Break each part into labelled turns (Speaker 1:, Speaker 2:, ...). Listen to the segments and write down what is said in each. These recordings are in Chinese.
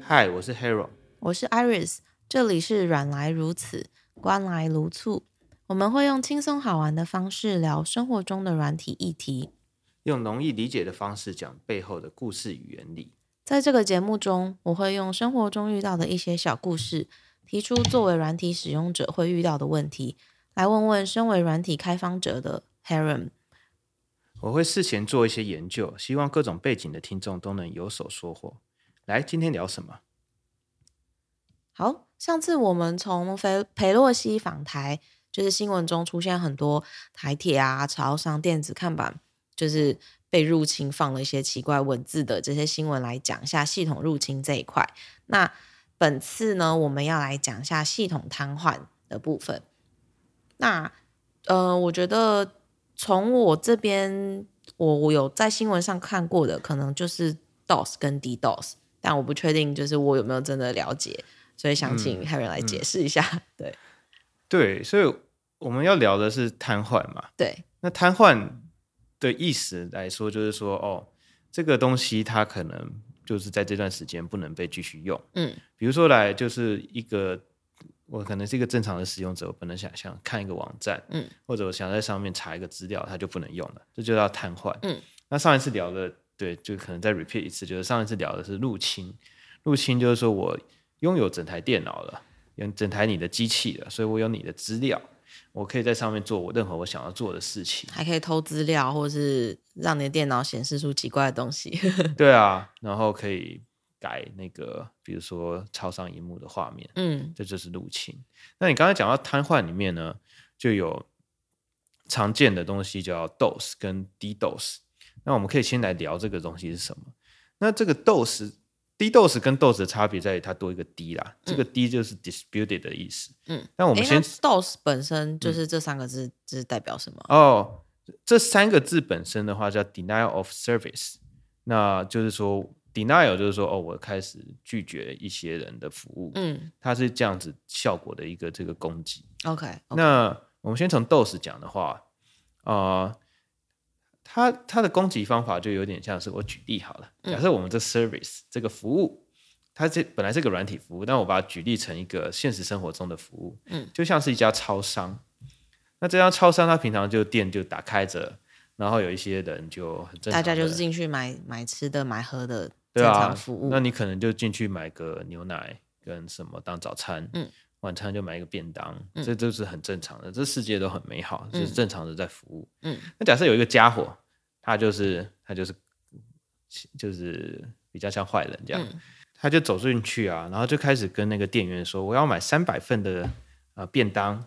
Speaker 1: 嗨，我是 Hero。
Speaker 2: 我是 Iris，这里是软来如此，关来如醋。我们会用轻松好玩的方式聊生活中的软体议题。
Speaker 1: 用容易理解的方式讲背后的故事与原理。
Speaker 2: 在这个节目中，我会用生活中遇到的一些小故事，提出作为软体使用者会遇到的问题，来问问身为软体开发者的 Haren。
Speaker 1: 我会事前做一些研究，希望各种背景的听众都能有所收获。来，今天聊什么？
Speaker 2: 好，上次我们从裴裴洛西访台，就是新闻中出现很多台铁啊、超商电子看板，就是被入侵放了一些奇怪文字的这些新闻来讲一下系统入侵这一块。那本次呢，我们要来讲一下系统瘫痪的部分。那呃，我觉得从我这边，我我有在新闻上看过的，可能就是 DOS 跟 DDoS，但我不确定就是我有没有真的了解，所以想
Speaker 1: 嗯
Speaker 2: 请 Harry 来解释一下。 对
Speaker 1: 对，所以我们要聊的是瘫痪嘛。
Speaker 2: 对，
Speaker 1: 那瘫痪的意思来说，就是说，哦，这个东西它可能就是在这段时间不能被继续用。
Speaker 2: 嗯
Speaker 1: 比如说来就是一个，我可能是一个正常的使用者，我本来想想看一个网站，
Speaker 2: 嗯，
Speaker 1: 或者我想在上面查一个资料，它就不能用了，这就叫瘫痪。
Speaker 2: 嗯，
Speaker 1: 那上一次聊的，对，就可能再 repeat 一次，就是上一次聊的是入侵，入侵就是说我拥有整台电脑了，有整台你的机器了，所以我有你的资料，我可以在上面做我任何我想要做的事情。
Speaker 2: 还可以偷资料，或是让你的电脑显示出奇怪的东西。
Speaker 1: 对啊，然后可以改那个，比如说超商荧幕的画面。
Speaker 2: 嗯
Speaker 1: 这就是入侵。那你刚才讲到瘫痪里面呢，就有常见的东西叫 DOS 跟 DDoS。那我们可以先来聊这个东西是什么。那这个 DOS、DDoS 跟 DOS 的差别在于它多一个 D 啦，这个 D 就是 disputed 的意思。
Speaker 2: 嗯，
Speaker 1: 那我
Speaker 2: 我
Speaker 1: 们先嗯
Speaker 2: DOS 本身就是这三个字，就是代表什么？
Speaker 1: 哦，这三个字本身的话叫 denial of service，那就是说 denial 就是说哦，我开始拒绝一些人的服务，
Speaker 2: 嗯
Speaker 1: 它是这样子效果的一个这个攻击。
Speaker 2: ，OK，
Speaker 1: 那我们先从 DOS 讲的话，呃，它它的攻击方法就有点像是我举例好了，
Speaker 2: 嗯
Speaker 1: 假设我们这 service、这个服务，它这本来是个软体服务，但我把它举例成一个现实生活中的服务，
Speaker 2: 嗯，
Speaker 1: 就像是一家超商。那这家超商，它平常就店就打开着，然后有一些人就很正常
Speaker 2: 大家
Speaker 1: 地
Speaker 2: 就是进去买买吃的、买喝的，
Speaker 1: 对
Speaker 2: 正
Speaker 1: 啊
Speaker 2: 常服务。
Speaker 1: 那你可能就进去买个牛奶跟什么当早餐，
Speaker 2: 嗯
Speaker 1: 晚餐就买一个便当，
Speaker 2: 嗯
Speaker 1: 这都是很正常的，这世界都很美好，
Speaker 2: 嗯
Speaker 1: 就是正常的在服务。
Speaker 2: 嗯，
Speaker 1: 那假设有一个家伙，他就是他就是就是比较像坏人这样，
Speaker 2: 嗯
Speaker 1: 他就走进去啊，然后就开始跟那个店员说：“我要买三百份的呃便当，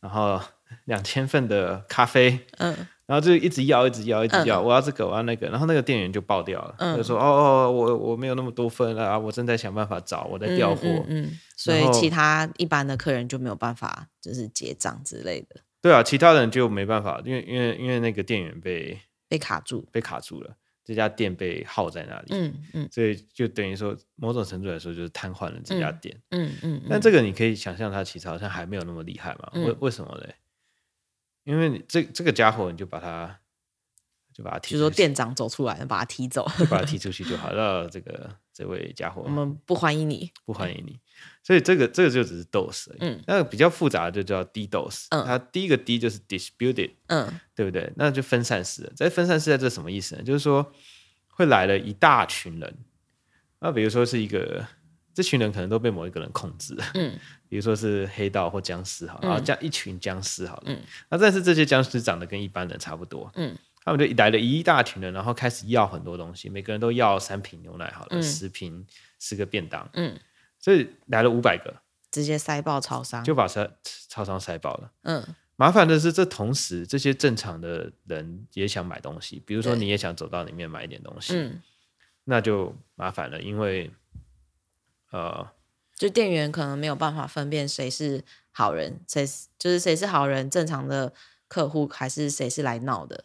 Speaker 1: 然后两千份的咖啡，
Speaker 2: 嗯
Speaker 1: 然后就一直要，一直要，一直要，我要这个，我要那个，然后那个店员就爆掉了，
Speaker 2: 嗯
Speaker 1: 就说哦哦，我我没有那么多份啊，我正在想办法找，我在调货。
Speaker 2: 嗯嗯嗯，所以
Speaker 1: 然后
Speaker 2: 其他一般的客人就没有办法，就是结账之类的，
Speaker 1: 对啊，其他人就没办法，因为因为因为那个店员被
Speaker 2: 被卡住。
Speaker 1: 被卡住了，这家店被耗在那里，
Speaker 2: 嗯嗯
Speaker 1: 所以就等于说某种程度来说就是瘫痪了这家店。
Speaker 2: 嗯嗯，
Speaker 1: 但这个你可以想象，他其实好像还没有那么厉害嘛？为、
Speaker 2: 嗯
Speaker 1: 为什么嘞？因为你这这个家伙，你就把他就把他踢出
Speaker 2: 就
Speaker 1: 去，
Speaker 2: 说店长走出来，把他踢走，
Speaker 1: 就把他踢出去就好了。这个这位家伙，
Speaker 2: 我们不欢迎你。
Speaker 1: 不欢迎你。所以这个这个就只是 DOS 而已。
Speaker 2: 哎嗯
Speaker 1: 那个比较复杂的就叫 DDoS，、
Speaker 2: 嗯
Speaker 1: 它第一个 D 就是 disputed，
Speaker 2: 嗯
Speaker 1: 对不对？那就分散式了。在分散式在这什么意思呢？就是说会来了一大群人，那比如说是一个。这群人可能都被某一个人控制了，
Speaker 2: 嗯，
Speaker 1: 比如说是黑道或僵尸好了，
Speaker 2: 嗯
Speaker 1: 然后这样一群僵尸好了，
Speaker 2: 嗯
Speaker 1: 那但是这些僵尸长得跟一般人差不多，
Speaker 2: 嗯，
Speaker 1: 他们就来了一大群人，然后开始要很多东西，每个人都要三瓶牛奶好了，
Speaker 2: 嗯
Speaker 1: 十瓶十个便当，
Speaker 2: 嗯，
Speaker 1: 所以来了五百个，
Speaker 2: 直接塞爆超商。
Speaker 1: 就把塞超商塞爆了。
Speaker 2: 嗯
Speaker 1: 麻烦的是，这同时这些正常的人也想买东西，比如说
Speaker 2: 对
Speaker 1: 你也想走到里面买一点东西，
Speaker 2: 嗯，
Speaker 1: 那就麻烦了，因为呃，
Speaker 2: 就店员可能没有办法分辨谁是好人，谁是就是谁是好人，正常的客户还是谁是来闹的。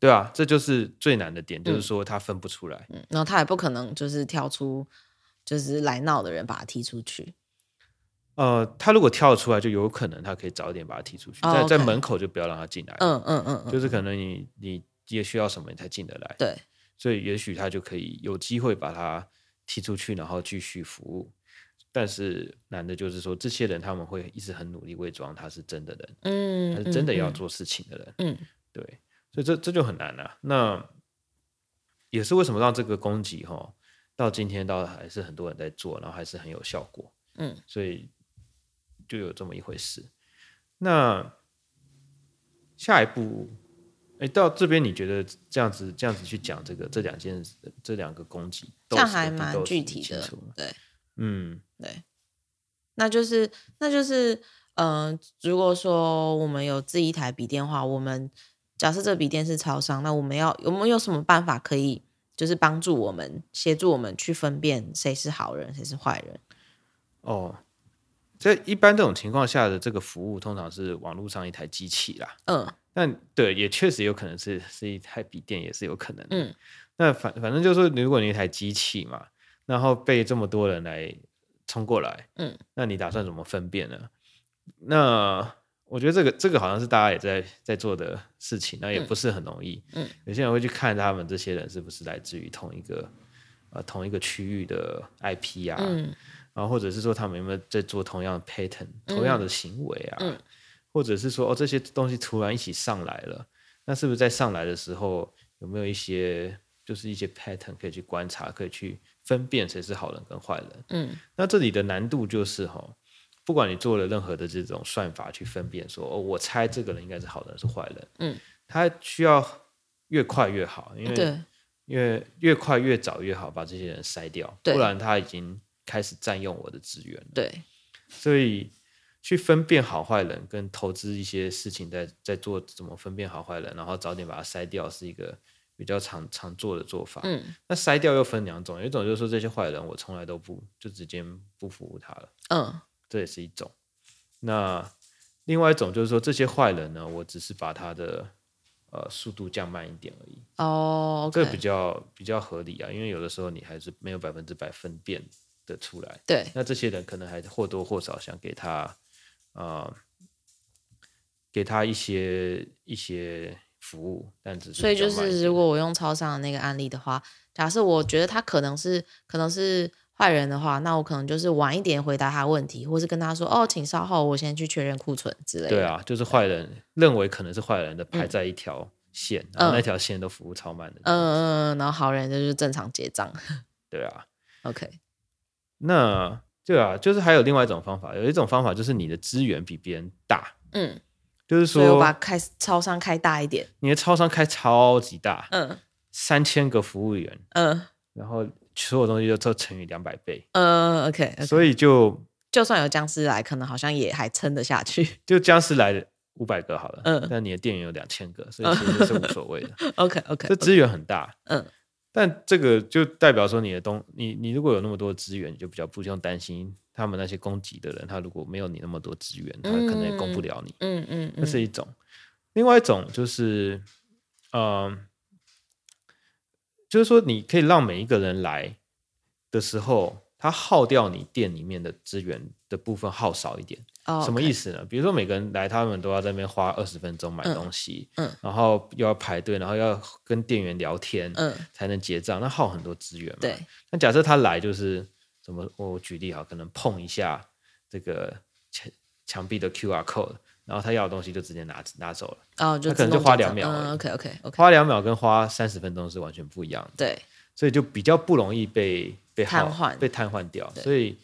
Speaker 1: 对啊，这就是最难的点，就是说他分不出来。
Speaker 2: 嗯，然后他也不可能就是挑出就是来闹的人把他踢出去。
Speaker 1: 呃，他如果跳得出来，就有可能他可以早一点把他踢出去，
Speaker 2: 哦
Speaker 1: 在
Speaker 2: OK
Speaker 1: 在门口就不要让他进来，
Speaker 2: 嗯嗯嗯嗯，
Speaker 1: 就是可能你你也需要什么你才进得来，
Speaker 2: 对，
Speaker 1: 所以也许他就可以有机会把他踢出去，然后继续服务。但是难的就是说，这些人他们会一直很努力伪装他是真的人，
Speaker 2: 嗯，
Speaker 1: 他是真的要
Speaker 2: 嗯，
Speaker 1: 做事情的人，
Speaker 2: 嗯
Speaker 1: 对，所以这这就很难了、那也是为什么让这个攻击哈，到今天到还是很多人在做，然后还是很有效果，
Speaker 2: 嗯，
Speaker 1: 所以就有这么一回事。那下一步，哎，到这边你觉得这样子这样子去讲这个这两件这两个攻击，
Speaker 2: 这样
Speaker 1: Dose
Speaker 2: 还
Speaker 1: 跟
Speaker 2: 蛮
Speaker 1: Dose
Speaker 2: 具
Speaker 1: 你
Speaker 2: 体
Speaker 1: 清
Speaker 2: 的
Speaker 1: 楚吗，
Speaker 2: 对。
Speaker 1: 嗯
Speaker 2: 对，那就是那就是，嗯、如果说我们有这一台笔电的话，我们假设这笔电是超商，那我们要我们有什么办法可以就是帮助我们协助我们去分辨谁是好人，谁是坏人？
Speaker 1: 哦。在一般这种情况下的这个服务，通常是网络上一台机器啦，
Speaker 2: 嗯
Speaker 1: 但对，也确实有可能是是一台笔电，也是有可能的。
Speaker 2: 嗯
Speaker 1: 那反反正就是，如果你有一台机器嘛，然后被这么多人来冲过来，
Speaker 2: 嗯，
Speaker 1: 那你打算怎么分辨呢？那我觉得这个这个好像是大家也在在做的事情，那也
Speaker 2: 嗯
Speaker 1: 不是很容易。
Speaker 2: 嗯，
Speaker 1: 有些人会去看他们这些人是不是来自于同一个呃同一个区域的 IP 啊，
Speaker 2: 嗯
Speaker 1: 然后或者是说他们有没有在做同样的 pattern、同样的行为啊，
Speaker 2: 嗯
Speaker 1: 或者是说哦这些东西突然一起上来了，那是不是在上来的时候有没有一些就是一些 pattern 可以去观察，可以去分辨谁是好人跟坏人？
Speaker 2: 嗯
Speaker 1: 那这里的难度就是哈、哦，不管你做了任何的这种算法去分辨说哦，我猜这个人应该是好人是坏人，
Speaker 2: 嗯，
Speaker 1: 他需要越快越好，因为
Speaker 2: 对，
Speaker 1: 越越快越早越好把这些人筛掉，
Speaker 2: 对
Speaker 1: 不然他已经开始占用我的资源了。
Speaker 2: 对，
Speaker 1: 所以去分辨好坏人跟投资一些事情在在做怎么分辨好坏人，然后早点把它筛掉，是一个比较常常做的做法。
Speaker 2: 嗯
Speaker 1: 那筛掉又分两种，有一种就是说这些坏人我从来都不就直接不服务他了，
Speaker 2: 嗯
Speaker 1: 这也是一种。那另外一种就是说这些坏人呢，我只是把他的呃速度降慢一点而已。
Speaker 2: 哦
Speaker 1: 这个比
Speaker 2: ，OK，
Speaker 1: 较比较合理啊，因为有的时候你还是没有百分之百分辨的出来。
Speaker 2: 对，
Speaker 1: 那这些人可能还或多或少想给他，呃，给他一些一些服务，但只是
Speaker 2: 所以
Speaker 1: 比较
Speaker 2: 就
Speaker 1: 慢一
Speaker 2: 是
Speaker 1: 点
Speaker 2: 如果我用超商的那个案例的话，假设我觉得他可能是可能是坏人的话，那我可能就是晚一点回答他问题，或是跟他说哦，请稍后，我先去确认库存之类的。
Speaker 1: 对，啊，就是坏人认为可能是坏人的排
Speaker 2: 嗯
Speaker 1: 在一条线，然后
Speaker 2: 嗯
Speaker 1: 那条线都服务超慢的，
Speaker 2: 嗯嗯，嗯然后好人就是正常结账。
Speaker 1: 对啊，
Speaker 2: OK，
Speaker 1: 那对啊，就是还有另外一种方法，有一种方法就是你的资源比别人大，
Speaker 2: 嗯，
Speaker 1: 就是
Speaker 2: 所以我把
Speaker 1: 说
Speaker 2: 开超商开大一点。
Speaker 1: 你的超商开超级大，
Speaker 2: 嗯
Speaker 1: 三千个服务员，
Speaker 2: 嗯
Speaker 1: 然后所有东西都都乘以两百倍，
Speaker 2: 嗯，OK，
Speaker 1: 所以就
Speaker 2: 就算有僵尸来，可能好像也还撑得下去。
Speaker 1: 就僵尸来五百个好了，
Speaker 2: 嗯
Speaker 1: 但你的店员有两千个，所以其实这是无所谓的，
Speaker 2: OK OK，
Speaker 1: 这资源很大，
Speaker 2: 嗯，
Speaker 1: 但这个就代表说你的东，你你如果有那么多资源，你就比较不用担心他们那些攻击的人，他如果没有你那么多资源，他可能也攻不了你，
Speaker 2: 嗯嗯
Speaker 1: 这是
Speaker 2: 嗯
Speaker 1: 一种。另外一种就是，嗯、就是说你可以让每一个人来的时候，他耗掉你店里面的资源的部分耗少一点。
Speaker 2: 哦，
Speaker 1: 什么意
Speaker 2: 思？
Speaker 1: 思呢？比如说每个人来，他们都要在那边花二十分钟买
Speaker 2: 嗯
Speaker 1: 东西，
Speaker 2: 嗯
Speaker 1: 然后又要排队，然后要跟店员聊天，
Speaker 2: 嗯，
Speaker 1: 才能结账，那耗很多资源嘛。
Speaker 2: 对，
Speaker 1: 那假设他来就是怎么，我举例啊，可能碰一下这个墙墙壁的 QR code，然后他要的东西就直接拿拿走了，
Speaker 2: 哦，就
Speaker 1: 嗯他可能
Speaker 2: 自动
Speaker 1: 就花
Speaker 2: 结
Speaker 1: 两
Speaker 2: 账
Speaker 1: 秒而已
Speaker 2: 嗯，OK OK OK，
Speaker 1: 花两秒跟花三十分钟是完全不一样的。
Speaker 2: 对，
Speaker 1: 所以就比较不容易被被耗
Speaker 2: 瘫痪
Speaker 1: 被瘫痪掉。
Speaker 2: 对
Speaker 1: 所以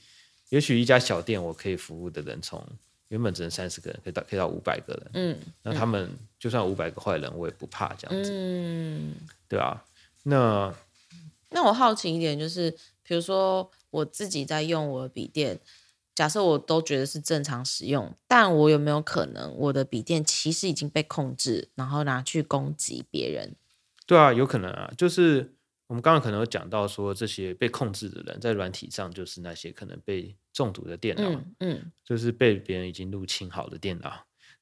Speaker 1: 也许一家小店，我可以服务的人从原本只能三十个人，可以到可以到五百个人。
Speaker 2: 嗯
Speaker 1: 那他们就算五百个坏人，我也不怕这样子，
Speaker 2: 嗯。
Speaker 1: 对吧、那
Speaker 2: 那我好奇一点，就是比如说我自己在用我的笔电，假设我都觉得是正常使用，但我有没有可能我的笔电其实已经被控制，然后拿去攻击别人？
Speaker 1: 对啊，有可能啊，就是我们刚刚可能有讲到说，这些被控制的人在软体上，就是那些可能被中毒的电脑，
Speaker 2: 嗯嗯
Speaker 1: 就是被别人已经入侵好的电脑，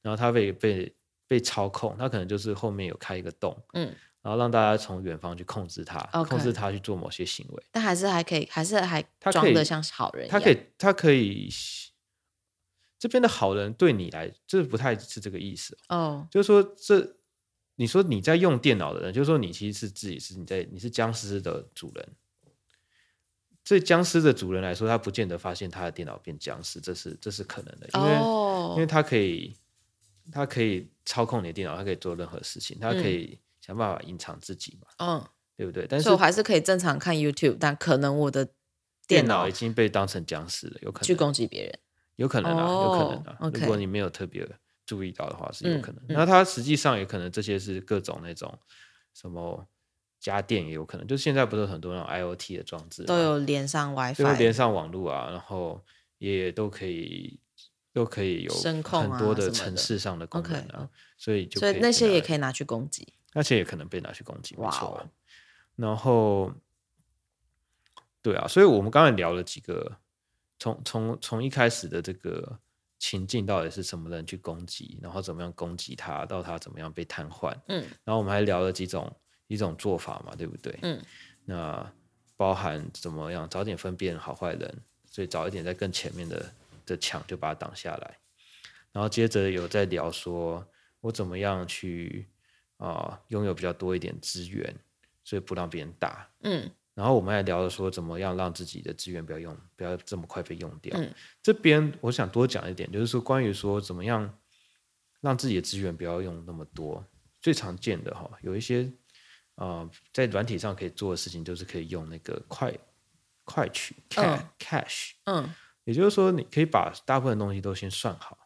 Speaker 1: 然后他被被被操控，他可能就是后面有开一个洞，
Speaker 2: 嗯，
Speaker 1: 然后让大家从远方去控制它
Speaker 2: OK
Speaker 1: 控制它去做某些行为。
Speaker 2: 但还是还可以，还是还
Speaker 1: 他可以
Speaker 2: 装的像好人一
Speaker 1: 它
Speaker 2: 样。
Speaker 1: 可以，它可以，这边的好人对你来，这不太是这个意思哦。
Speaker 2: 哦，
Speaker 1: 就是说这，你说你在用电脑的人，就是说你其实是自己是你在你是僵尸的主人，对僵尸的主人来说，他不见得发现他的电脑变僵尸，这是这是可能的，因为、因为
Speaker 2: 哦，
Speaker 1: 他可以，他可以操控你的电脑，他可以做任何事情，他可以想办法隐藏自己嘛，
Speaker 2: 嗯，
Speaker 1: 对不对？但是
Speaker 2: 所以我还是可以正常看 YouTube，但可能我的
Speaker 1: 电
Speaker 2: 电脑
Speaker 1: 已经被当成僵尸了，有可
Speaker 2: 去
Speaker 1: 能，
Speaker 2: 攻击别人。
Speaker 1: 有可能啊，有可能啊。
Speaker 2: 哦，OK
Speaker 1: 如果你没有特别注意到的话，是有可能。
Speaker 2: 嗯嗯
Speaker 1: 那它实际上也可能这些是各种那种什么家电也有可能，就现在不是有很多那种 IOT 的装置嘛
Speaker 2: 都有连上
Speaker 1: 就会
Speaker 2: WiFi，
Speaker 1: 啊连上网络啊，然后也都可以都可以有
Speaker 2: 声控
Speaker 1: 很
Speaker 2: 啊
Speaker 1: 多
Speaker 2: 什么的
Speaker 1: 城市上的功能
Speaker 2: OK，嗯
Speaker 1: 啊，所以就啊
Speaker 2: 所以那些也可
Speaker 1: 以
Speaker 2: 以拿去攻击。
Speaker 1: 被拿来，而且也可能被拿去攻击，没
Speaker 2: 哇
Speaker 1: 错、
Speaker 2: 哦
Speaker 1: 啊。然后，对啊，所以我们刚才聊了几个，从从从一开始的这个情境到底是什么人去攻击，然后怎么样攻击他，到他怎么样被瘫痪，
Speaker 2: 嗯
Speaker 1: 然后我们还聊了几种一种做法嘛，对不对？
Speaker 2: 嗯，
Speaker 1: 那包含怎么样早点分辨好坏人，所以早一点在更前面的的抢就把它挡下来。然后接着有在聊说，我怎么样去啊、拥有比较多一点资源，所以不让别人打。
Speaker 2: 嗯，
Speaker 1: 然后我们还聊了说，怎么样让自己的资源不要用，不要这么快被用掉。
Speaker 2: 嗯
Speaker 1: 这边我想多讲一点，就是说关于说怎么样让自己的资源不要用那么多。最常见的哈，有一些啊、呃在软体上可以做的事情，就是可以用那个快快取 cash、
Speaker 2: 嗯
Speaker 1: cash，
Speaker 2: 嗯
Speaker 1: 也就是说你可以把大部分东西都先算好，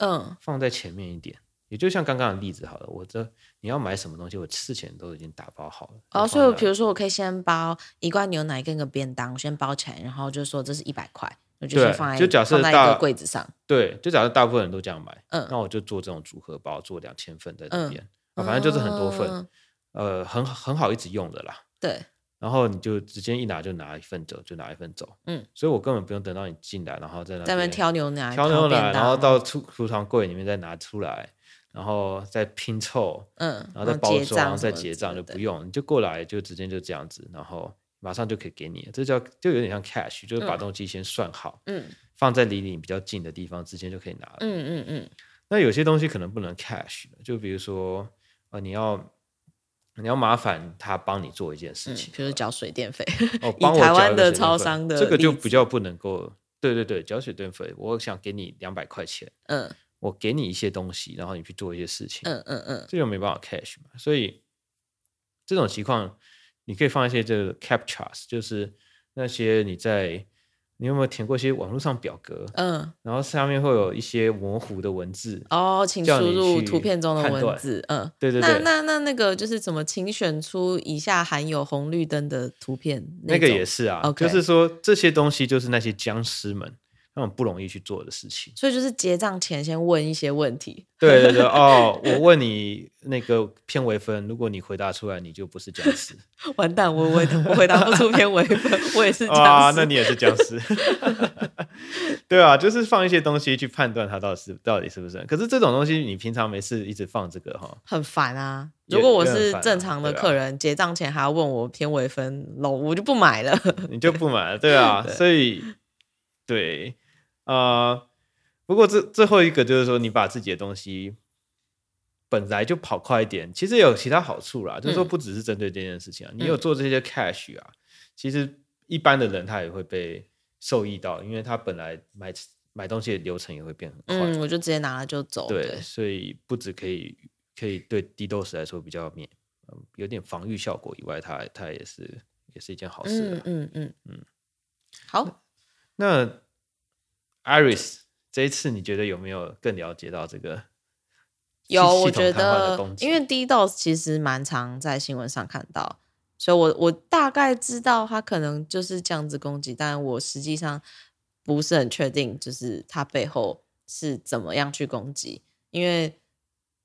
Speaker 2: 嗯
Speaker 1: 放在前面一点。也就像刚刚的例子好了，我这你要买什么东西，我事前都已经打包好了。
Speaker 2: 哦，
Speaker 1: 我
Speaker 2: 所以我
Speaker 1: 放在
Speaker 2: 比如说，我可以先包一罐牛奶跟个便当，我先包起来，然后就说这是一百块，我就先
Speaker 1: 对
Speaker 2: 放在
Speaker 1: 就假设
Speaker 2: 放在一
Speaker 1: 大
Speaker 2: 个柜子上。
Speaker 1: 对，就假设大部分人都这样买，
Speaker 2: 嗯
Speaker 1: 那我就做这种组合包，做两千份在这边、啊，反正就是很多份，
Speaker 2: 嗯
Speaker 1: 呃，很很好一直用的啦。
Speaker 2: 对，
Speaker 1: 然后你就直接一拿就拿一份走，就拿一份走。
Speaker 2: 嗯，
Speaker 1: 所以我根本不用等到你进来，然后在那
Speaker 2: 在那边挑牛奶，
Speaker 1: 挑牛奶，
Speaker 2: 便当
Speaker 1: 然后到储储藏柜里面再拿出来，然后再拼凑，
Speaker 2: 嗯，
Speaker 1: 然后再包
Speaker 2: 结
Speaker 1: 装，
Speaker 2: 账
Speaker 1: 再
Speaker 2: 什么
Speaker 1: 结
Speaker 2: 之
Speaker 1: 账
Speaker 2: 类
Speaker 1: 就
Speaker 2: 的
Speaker 1: 不用，你就过来就直接就这样子，然后马上就可以给你了，这叫就有点像 cash，就是把
Speaker 2: 嗯
Speaker 1: 东西先算好，
Speaker 2: 嗯
Speaker 1: 放在离你比较近的地方，之前就可以拿了。
Speaker 2: 嗯嗯嗯
Speaker 1: 那有些东西可能不能 cash 的，就比如说，呃，你要你要麻烦他帮你做一件事
Speaker 2: 嗯，
Speaker 1: 情，
Speaker 2: 比如说缴 水电费，
Speaker 1: 哦，
Speaker 2: 以
Speaker 1: 帮我
Speaker 2: 台
Speaker 1: 缴
Speaker 2: 湾
Speaker 1: 一
Speaker 2: 的
Speaker 1: 个水电
Speaker 2: 超
Speaker 1: 费
Speaker 2: 商的
Speaker 1: 这个就
Speaker 2: 例子
Speaker 1: 比较不能够，对对对，缴水电费，我想给你两百块钱，
Speaker 2: 嗯
Speaker 1: 我给你一些东西，然后你去做一些事情，
Speaker 2: 嗯嗯嗯
Speaker 1: 这就没办法 cash 嘛，所以这种情况你可以放一些这个 captures，就是那些你在你有没有填过一些网络上表格，
Speaker 2: 嗯，
Speaker 1: 然后上面会有一些模糊的文字，
Speaker 2: 哦，请
Speaker 1: 叫
Speaker 2: 输
Speaker 1: 你
Speaker 2: 入
Speaker 1: 去
Speaker 2: 图片中的
Speaker 1: 判
Speaker 2: 文
Speaker 1: 断
Speaker 2: 字，嗯。
Speaker 1: 对对
Speaker 2: 那
Speaker 1: 对，
Speaker 2: 那那那个就是怎么，请选出以下含有红绿灯的图片。
Speaker 1: 那个
Speaker 2: 种
Speaker 1: 也，是啊
Speaker 2: OK
Speaker 1: 就是说这些东西就是那些僵尸们他们不容易去做的事 情。
Speaker 2: 所以就是结账前先问一些问题。
Speaker 1: 对对对，哦，我问你那个片尾分，如果你回答出来，你就不是僵 尸
Speaker 2: 完蛋，我我我回答不出片尾分，我也是 这
Speaker 1: 哇，
Speaker 2: 样
Speaker 1: 啊那
Speaker 2: 子。
Speaker 1: 你也是僵 尸。对啊，就是放一些东西去判断它到底是到底是不是。可是这种东西你平常没事一直放这个哈，
Speaker 2: 很烦啊！
Speaker 1: 也
Speaker 2: 如果我
Speaker 1: 也很
Speaker 2: 是
Speaker 1: 烦啊
Speaker 2: 正常的
Speaker 1: 对啊
Speaker 2: 客人，结账前还要问我片尾分，那我 就不买了。
Speaker 1: 你就不买了，对啊，
Speaker 2: 对
Speaker 1: 所以对啊、呃不过这最后一个就是说，你把自己的东西本来就跑快一点，其实也有其他好处啦，就是
Speaker 2: 嗯
Speaker 1: 说不只是针对这件事情啊，你有做这些 cash 啊，其实一般的人他也会被受益到，因为他本来买买东西的流程也会变很快，
Speaker 2: 嗯，我就直接拿了就走。
Speaker 1: 对，
Speaker 2: 对，
Speaker 1: 所以不止可以可以对低斗士来说比较免。呃有点防御效果以外，它它也是也是一件好事、啊
Speaker 2: 嗯嗯嗯嗯。好，
Speaker 1: 那 Iris 这一次你觉得有没有更了解到这个系？
Speaker 2: 有
Speaker 1: 系
Speaker 2: 我
Speaker 1: 统
Speaker 2: 觉
Speaker 1: 瘫痪的
Speaker 2: 得
Speaker 1: 攻，击
Speaker 2: 因为 DDoS 其实蛮常在新闻上看到，所以我我大概知道他可能就是这样子攻击，但我实际上不是很确定，就是他背后是怎么样去攻击，因为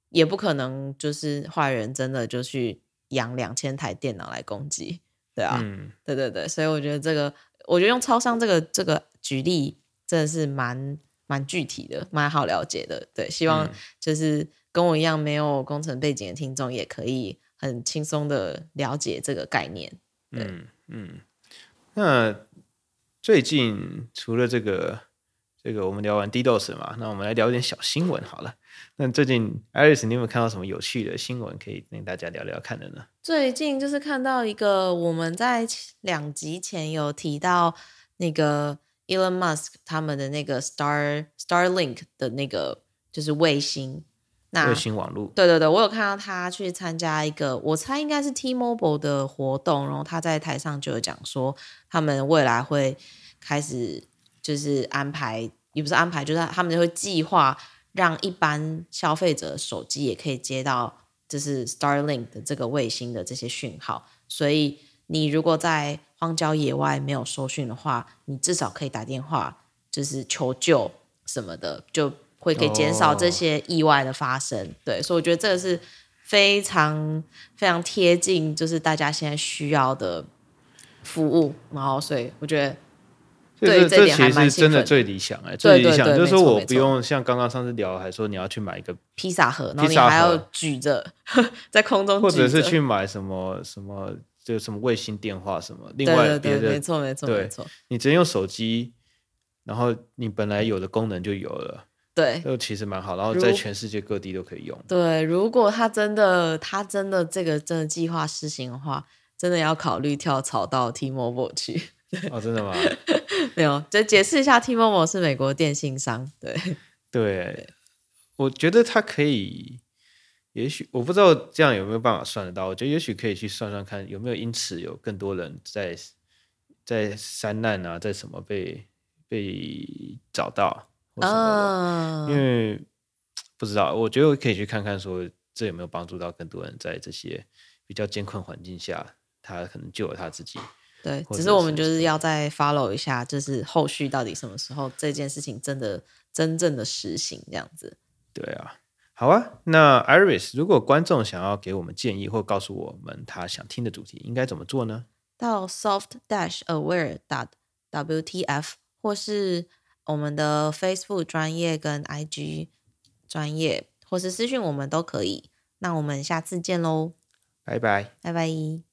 Speaker 2: 也不可能就是坏人真的就去养两千台电脑来攻击，对啊，
Speaker 1: 嗯，
Speaker 2: 对对对，所以我觉得这个，我觉得用超商这个这个举例真的是蛮蛮具体的，蛮好了解的。对，希望
Speaker 1: 嗯
Speaker 2: 就是跟我一样没有工程背景的听众也可以很轻松的了解这个概念。
Speaker 1: 嗯嗯。那最近除了这个这个，我们聊完 DDoS 嘛，那我们来聊一点小新闻好了。那最近 Iris，你有没有看到什么有趣的新闻可以跟大家聊聊看的呢？
Speaker 2: 最近就是看到一个，我们在前两集前有提到那个 Elon Musk 他们的那个 Star Starlink 的那个就是卫星。那
Speaker 1: 卫星网络，
Speaker 2: 对对对，我有看到他去参加一个，我猜应该是 T-Mobile 的活动，然后他在台上就有讲说，他们未来会开始就是安排，也不是安排，就是他们会计划让一般消费者手机也可以接到就是 Starlink 的这个卫星的这些讯号，所以你如果在荒郊野外没有收讯的话，你至少可以打电话就是求救什么的，就会可以减少这
Speaker 1: 哦
Speaker 2: 些。些意外的发生。对，所以我觉得这个是非常非常贴近，就是大家现在需要的服务。然后，所以我觉得
Speaker 1: 所以
Speaker 2: 对
Speaker 1: 这
Speaker 2: 这
Speaker 1: 这
Speaker 2: 点
Speaker 1: 其
Speaker 2: 还
Speaker 1: 实
Speaker 2: 蛮
Speaker 1: 是
Speaker 2: 兴
Speaker 1: 真的
Speaker 2: 奋
Speaker 1: 最理想哎、
Speaker 2: 对
Speaker 1: 最理
Speaker 2: 对
Speaker 1: 想
Speaker 2: 对
Speaker 1: 就是
Speaker 2: 没错
Speaker 1: 我
Speaker 2: 没
Speaker 1: 不
Speaker 2: 错
Speaker 1: 用像刚刚上次聊，还说你要去买一个，
Speaker 2: 披萨盒，然后你
Speaker 1: 披萨盒
Speaker 2: 还要举着 在空中
Speaker 1: 或
Speaker 2: 举着，
Speaker 1: 者是去买什么什么，就什么卫星电话什么，另
Speaker 2: 对
Speaker 1: 外
Speaker 2: 对
Speaker 1: 别
Speaker 2: 对，没
Speaker 1: 的
Speaker 2: 错没错
Speaker 1: 对
Speaker 2: 没错，
Speaker 1: 你直接用手机，然后你本来有的功能就有了，
Speaker 2: 对。
Speaker 1: 就其实蛮好，然后
Speaker 2: 如
Speaker 1: 在全世界各地都可以用。
Speaker 2: 对，如果他真的，他真的这个真的计划实行的话，真的要考虑跳槽到 T-Mobile 去。
Speaker 1: 哦，真的吗？
Speaker 2: 没有，就解释一下，T-Mobile 是美国电信商。对，
Speaker 1: 对，我觉得它可以，也许我不知道这样有没有办法算得到。我觉得也许可以去算算看，有没有因此有更多人在在山难啊，在什么被被找到或什么的，
Speaker 2: 嗯，
Speaker 1: 因为不知道，我觉得我可以去看看说这有没有帮助到更多人在这些比较艰困环境下，他可能救了他自己。
Speaker 2: 对，
Speaker 1: 或
Speaker 2: 只是
Speaker 1: 者
Speaker 2: 我
Speaker 1: 是
Speaker 2: 们就
Speaker 1: 什
Speaker 2: 是
Speaker 1: 么
Speaker 2: 要再 follow 一下，就是后续到底什么时候这件事情真的真正的实行这样子。
Speaker 1: 对啊，好啊。那 Iris，如果观众想要给我们建议或告诉我们他想听的主题，应该怎么做呢？
Speaker 2: 到 soft dash aware dot wtf 或是我们的 Facebook 专业跟 IG 专业，或是私讯我们都可以。那我们下次见喽，
Speaker 1: 拜拜。
Speaker 2: 拜拜。